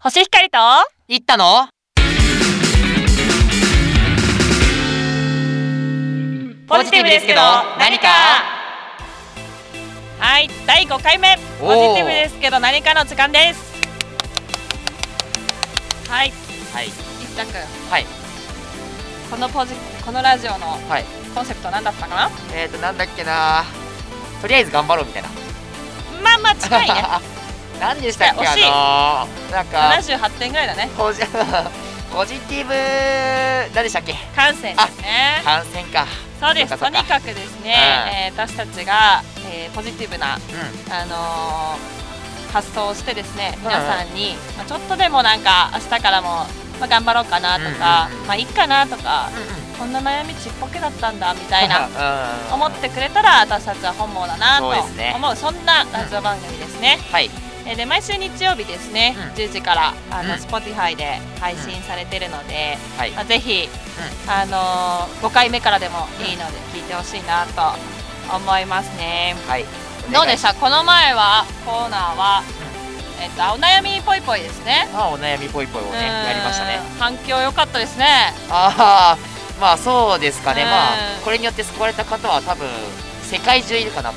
星光と行ったのポジティブですけど何かはい第5回目おポージティブですけど何かの時間ですはいいはいったくんはいこのポジこのラジオのはいコンセプト何だったかなえーとなんだっけなとりあえず頑張ろうみたいなまあまあ近 いね何でしたっけ惜しいあのー、なんか78点ぐらいだねポジ ポジティブ何でしたっけ感染ですね感染かそうですそっかとそっにかかくですね、うんえー私たちが、えーポジティブなうあのー発想をしてですね皆さんに、まあ、ちょっとでもなんか明日からも、まあ、頑張ろうかなとか、うんうんうんまあいいかなとかんうんうんこんな悩みちっぽけだったんだみたいな うん思ってくれたら私たちは本望だなとそう思ですねうそんなラジオ番組ですね、はいえーで毎週日曜日ですね、うん10時からあの、うん Spotify で配信されてるので、はいまあ、ぜひ、あのー5回目からでもいいので聞いてほしいなと思いますね、はいどうでしたたこの前はコーナーは、えっとお悩みぽいぽいですねあーお悩みぽいぽいをねうんやりましたね反響良かったですねああまあそうですかねうんまあこれによって救われた方は多分世界中いるかなと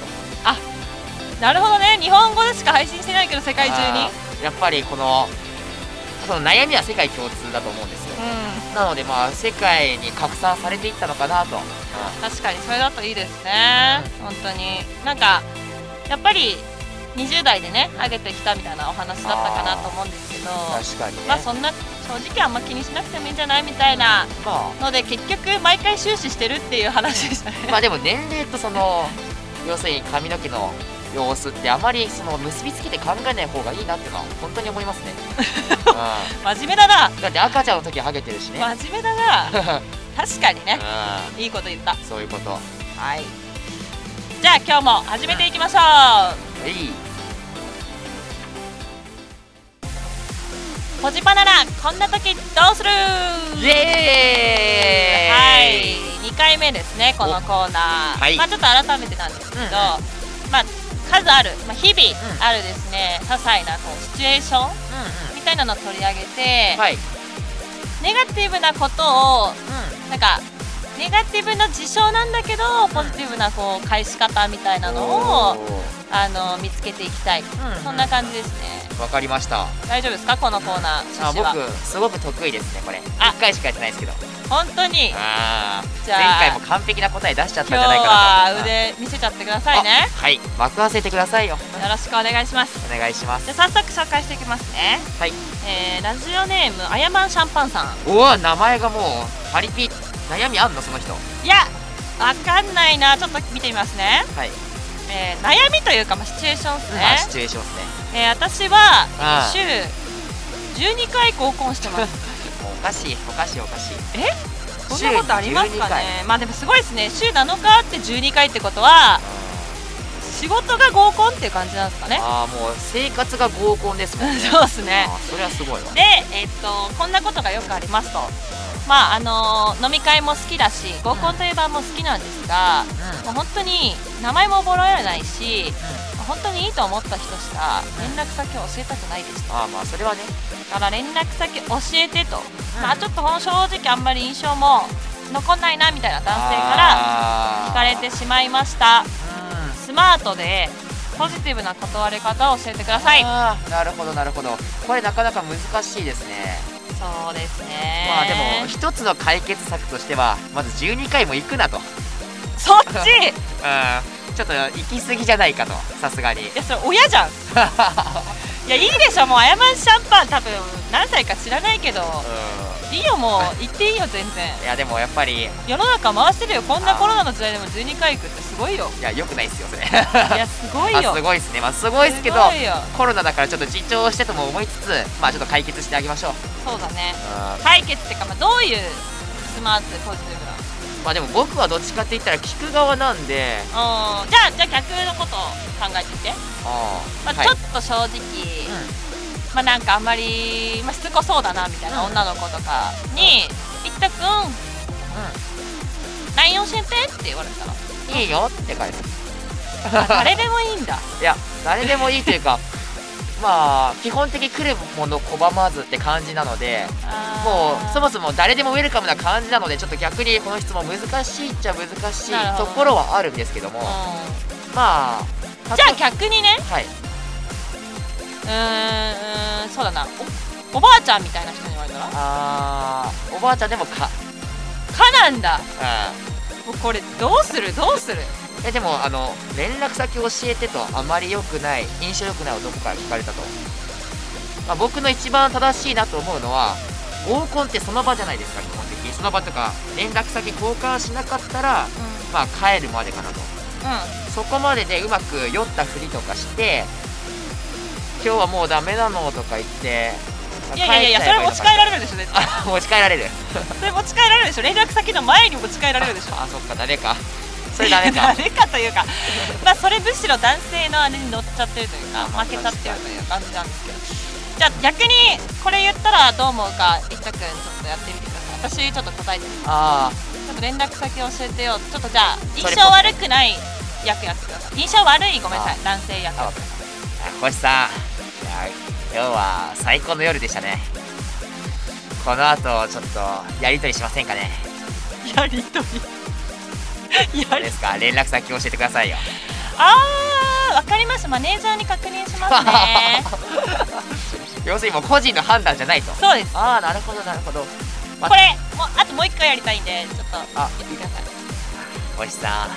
なるほどね日本語でしか配信してないけど世界中にあーやっぱりこのその悩みは世界共通だと思うんですようなのでまあ世界に拡散されていったのかなと、うんん確かにそれだといいですね本当になんかやっぱり20代でね上げてきたみたいなお話だったかなと思うんですけど確かにねまあそんな正直あんま気にしなくてもいいんじゃないみたいなまので結局毎回終始してるっていう話でしたねあ、まあでも年齢とその要するに髪の毛の様子ってあまりその結びつけて考えない方がいいなっていうのは本当に思 いますね、う真面目だなんだって赤ちゃんの時ハゲてるしね、真面目だな確かにねういいこと言ったん、そういうことはい。じゃあ今日も始めていきましょう。いいポジパならこんな時どうする？イエはいーイ、、二回目ですねこのコーナー。おはいまあちょっと改めてなんですけど、うんうんまあ数ある、まあ日々うんあるですね、些細なこうシチュエーションうんみたいなのを取り上げうてん、、はい、ネガティブなことをなんか。ネガティブな事象なんだけどポジティブなこう返し方みたいなうん、のを、おーあの見つけていきたい、んそんな感じですねわかりました。大丈夫ですかこのコーナー趣あ旨は僕すごく得意ですねこれ。あ1回しかやってないですけど。本当にああ。じ前ゃあ回も完璧な答え出しちゃったんじ今ゃ日ないかなと。は腕見せちゃってくださいねあはい。幕開せてくださいよ。よろしくお願いしますお願いします。で早速紹介していきますね、はい。えーラジオネームあやまんシャンパンさんおお名前がもうパリピ。悩みあんのその人。いやわかんないなちょっと見てみますね、はい。えー悩みというか、まあ、シチュエーションですねまあシ、チュエーションえー私はああえー週12回合コンしてますですね。もうおかしいおかしいおかしい。えそんなことありますか週12回ねまあでもすごいですね週7日あって12回ってことは仕事が合コンっていう感じなんですかねああもう生活が合コンですもんね。 そうですねあーそれはすごいわ。で、えっとこんなことがよくありますと、まああの飲み会も好きだし合コンという場も好きなんですが、うんもう本当に名前も覚えられないし本当にいいと思った人しか連絡先を教えたくないですとああまあそれはね。だから連絡先教えてと、うんまあ、ちょっとほん正直あんまり印象も残んないなみたいな男性からら聞かれてしまいましたうん。スマートでポジティブな断り方を教えてくださいあーなるほどなるほどこれなかなか難しいですね、そうですねまあでも一つの解決策としてはまず12回も行くなとうんそっちいちょっと行き過ぎじゃないかとさすがにやそれ親じゃんいやいいでしょもうあやまんシャンパン多分何歳か知らないけどういいよもう行っていいよ全然んいやでもやっぱりい世の中回してるよこんなコロナの時代でも12回行くってすごい よや良くないですよそれいやすごい まよあすごいですねまあすごいですけどすごいよコロナだからちょっと自重してとも思いつつまあちょっと解決してあげましょう、そうだねうん解決ってか、まあ、どういうスマートでポジティブなまあでも僕はどっちかって言ったら聞く側なんでうんじゃあじゃあ逆のことを考えてみて、あまあ、ーちょっとと、正直、まあなんかあんまり、まあ、しつこそうだなみたいなうん女の子とかに「いったくん LINE 教えて」って言われたらうんいいよって返す あ誰でもいいんだいや誰でもいいというか まあ基本的に来るもの拒まずって感じなのでもうそもそも誰でもウェルカムな感じなのでちょっと逆にこの質問難しいっちゃ難しなるいほとどころはあるんですけどもうまあんじゃあ逆にねはい、うーんうーんそうだなおおばあちゃんみたいな人に言われたらあーおばあちゃんでもか、かなんだうもうこれどうするどうするん、えでもあの連絡先教えてとあまり良くない印象良くない男から聞かれたと、まあ、僕の一番正しいなと思うのは合コンってその場じゃないですか基本的にその場とか連絡先交換しなかったら、うんうんまあ、帰るまでかなとそこまででうまく酔ったふりとかして今日はもうダメなのとか言っていやいやいや帰っそちゃえれば持ち帰られるいいのかでしょ絶対 あ持ち帰られるそれ持ち帰られるでしょ連絡先の前に持ち帰られるでしょあそっかダメかそれダメ かダメかというかまあそれむしろ男性のあれに乗っちゃってるというかあまあ負けちゃってるという感じなんですけどじゃあ逆にこれ言ったらどう思うか一くんちょっとやってみてください私ちょっと答えてみますあちょっと連絡先教えてよちょっとじゃあそれ印象悪くない役やってください印象悪いごめんなさい男性役あわかあ星さんいや今日は最高の夜でしたねこの後ちょっとやりとりしませんかねやりとりやどうりですか連絡先教えてくださいよあーわかりましたマネージャーに確認します ね要するにもう個人の判断じゃないとそうですああなるほどなるほどまこれもうあともう一回やりたいんでちょっとあ言ってください星さん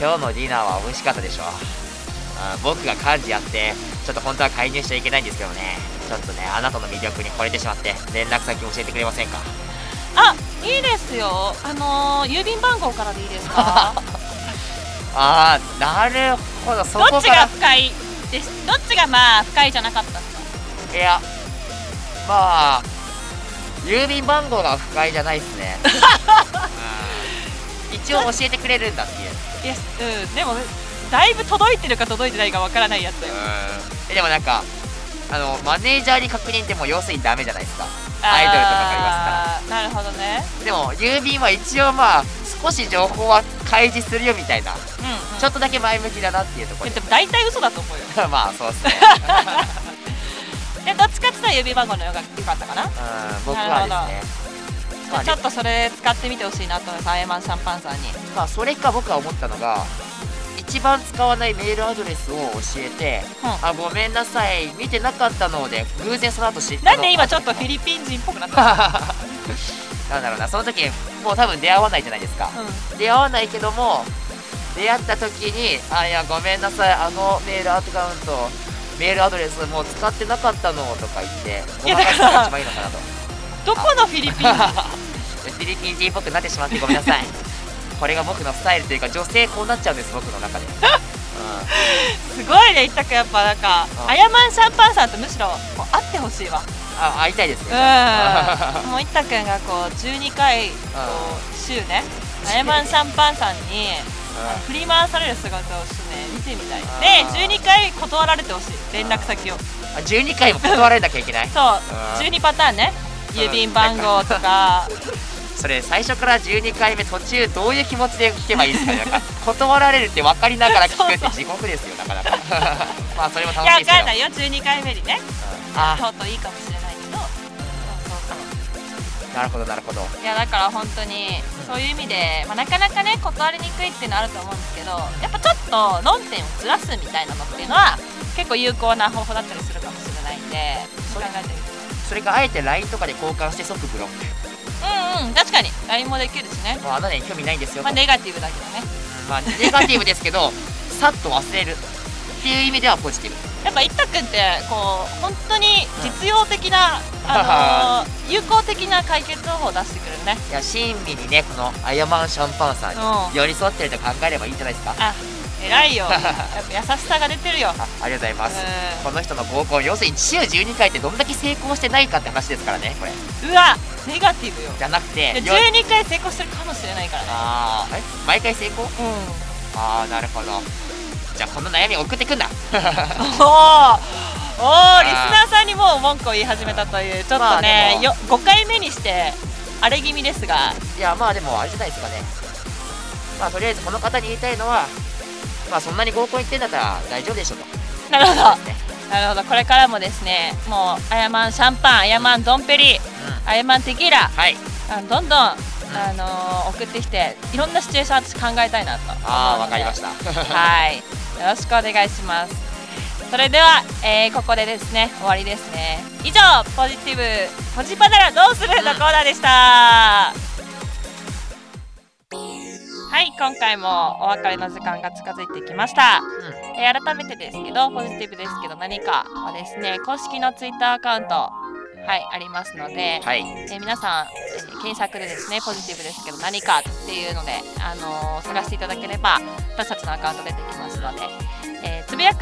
今日のディナーは美味しかったでしょあ僕が幹事やってちょっと本当は介入しちゃいけないんですけどねちょっとねあなたの魅力に惚れてしまって連絡先教えてくれませんかあいいですよあのー郵便番号からでいいですかああなるほ どそどこっちからが深いですどっちがまあ深いじゃなかったんですかいやまあ郵便番号が不快じゃないで すねうん一応教えてくれるんだっていういや うんでもだいぶ届いてるか届いてないかわからないやつだよえでもなんかあのマネージャーに確認ってもう要するにダメじゃないですかアイドルとかがいますからすからなるほどねでも郵便は一応まあ少し情報は開示するよみたいなうん、うん、ちょっとだけ前向きだなっていうところいやででも大体嘘だと思うよ まあそ うですねでどっちかって言ったら郵便番号の方が良かったかなうん僕はですねまあちょっとそれ使ってみてほしいなと思いますアイマンシャンパンさんにまあそれか僕は思ったのが一番使わないメールアドレスを教えてうん「あごめんなさい見てなかったので偶然その後知ったなのんで今ちょっとフィリピン人っぽくなった なんだろうなその時もう多分出会わないじゃないですかうん出会わないけども出会った時に「あいやごめんなさいあのメールアカウントメールアドレスもう使ってなかったの」とか言っていやごまかしただからら一番いいのかなとどこのフィ リピン人フィリピン人っぽくなってしまってごめんなさいこれが僕のスタイルというか女性こうなっちゃうんです僕の中で、うすごいね、いったくやっぱなんか、うんあやまんシャンパンさんとむしろこう会ってほしいわ。ん、あ会いたいですねうん。もういったくんがこう12回こう週ね、あやまんシャンパンさんに振り回される姿をしてね見てみたい。うんで12回断られてほしい連絡先を。あ12回も断られなきゃいけないそううん12パターンね。郵便番号とか、それ最初から12回目途中どういう気持ちで聞けばいいですかねなんか断られるって分かりながら聞くって地獄ですよなかなか まあそれもい楽やしいわですよかんないよ12回目にね、うんあとうとういいかもしれないけど。そうそうそうなるほどなるほどいやだから本当にそういう意味で、まあ、なかなかね断りにくいっていうのはあると思うんですけどやっぱちょっと論点をずらすみたいなのっていうのは結構有効な方法だったりするかもしれないんで考えてみてそれかあえて LINE とかで交換して即ブロックうんうん確かに LINE もできるしねもうあなたに興味ないんですよ、ままああネガティブだけどねネガティブですけどさっと忘れるっていう意味ではポジティブやっぱいったくんってこう本当に実用的な、あのー有効的な解決方法を出してくれるねいや親身にねこのアヤマンシャンパンさんうんに寄り添ってると考えればいいんじゃないですかあ偉いよやっぱ優しさが出てるよあありがとうございますうんこの人の合コン要するに週12回ってどんだけ成功してないかって話ですからねこれうわネガティブよじゃなくていよや12回成功してるかもしれないからねあーえ毎回成功うんああなるほどじゃあこの悩み送ってくん なおーおーリスナーさんにもう文句を言い始めたというちょっまとあでね、もよ5回目にして荒れ気味ですがいやまあでもあれじゃないですかねまあとりあえず この方に言いたいのはまあそんなに合コン行ってんだったら大丈夫でしょとなるほどですねなるほどこれからもですねもうあやまんシャンパンあやまんドンペリうんあやまんテキーラはいあのどんどん、あのー送ってきていろんなシチュエーション私考えたいなと ああわかりましたたはいよろしくお願いしますそれでは、えーここでですね終わりですね以上ポジティブポジパならどうするのコーナーでした、はい今回もお別れの時間が近づいてきましたうえー改めてですけどポジティブですけど何かはですね公式のツイッターアカウントはいありますのでん、はいえー皆さん、えー検索でですねポジティブですけど何かっていうので、あのー探していただければ私たちのアカウント出てきますので、えーつぶやく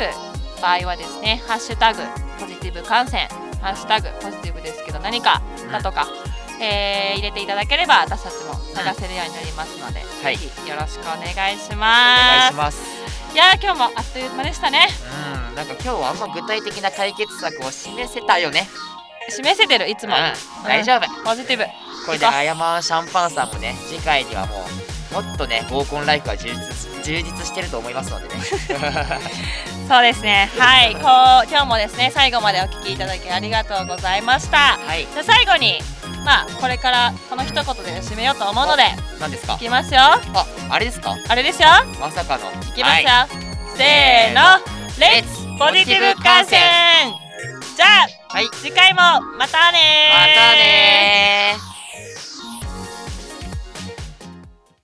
場合はですね「ハッシュタグポジティブ感染」「ハッシュタグポジティブですけど何か」だとか、えー入れていただければ私たちも探せるようになりますので、はいぜひよろしくお願いしお願いましす。ますいやー今日もあっという間でしたね。うんなんか今日はあんま具体的な解決策を示せたよね示せてるいつうんも、大丈夫ポジティブ。これであやまんシャンパンさんもね次回にはもうもっとね合コンライフが充実充実してると思いますのでね そうですね。はい、こう今日もですね最後までお聞きいただきありがとうございました。はいじゃあ最後にまあこれからこの一言で締めようと思うので何ですかいきますよ。ああれですかあれですよ。まさかのいきますよ。はせーの、レッツポジティブ観戦。じゃあはい次回もまたねーまたねー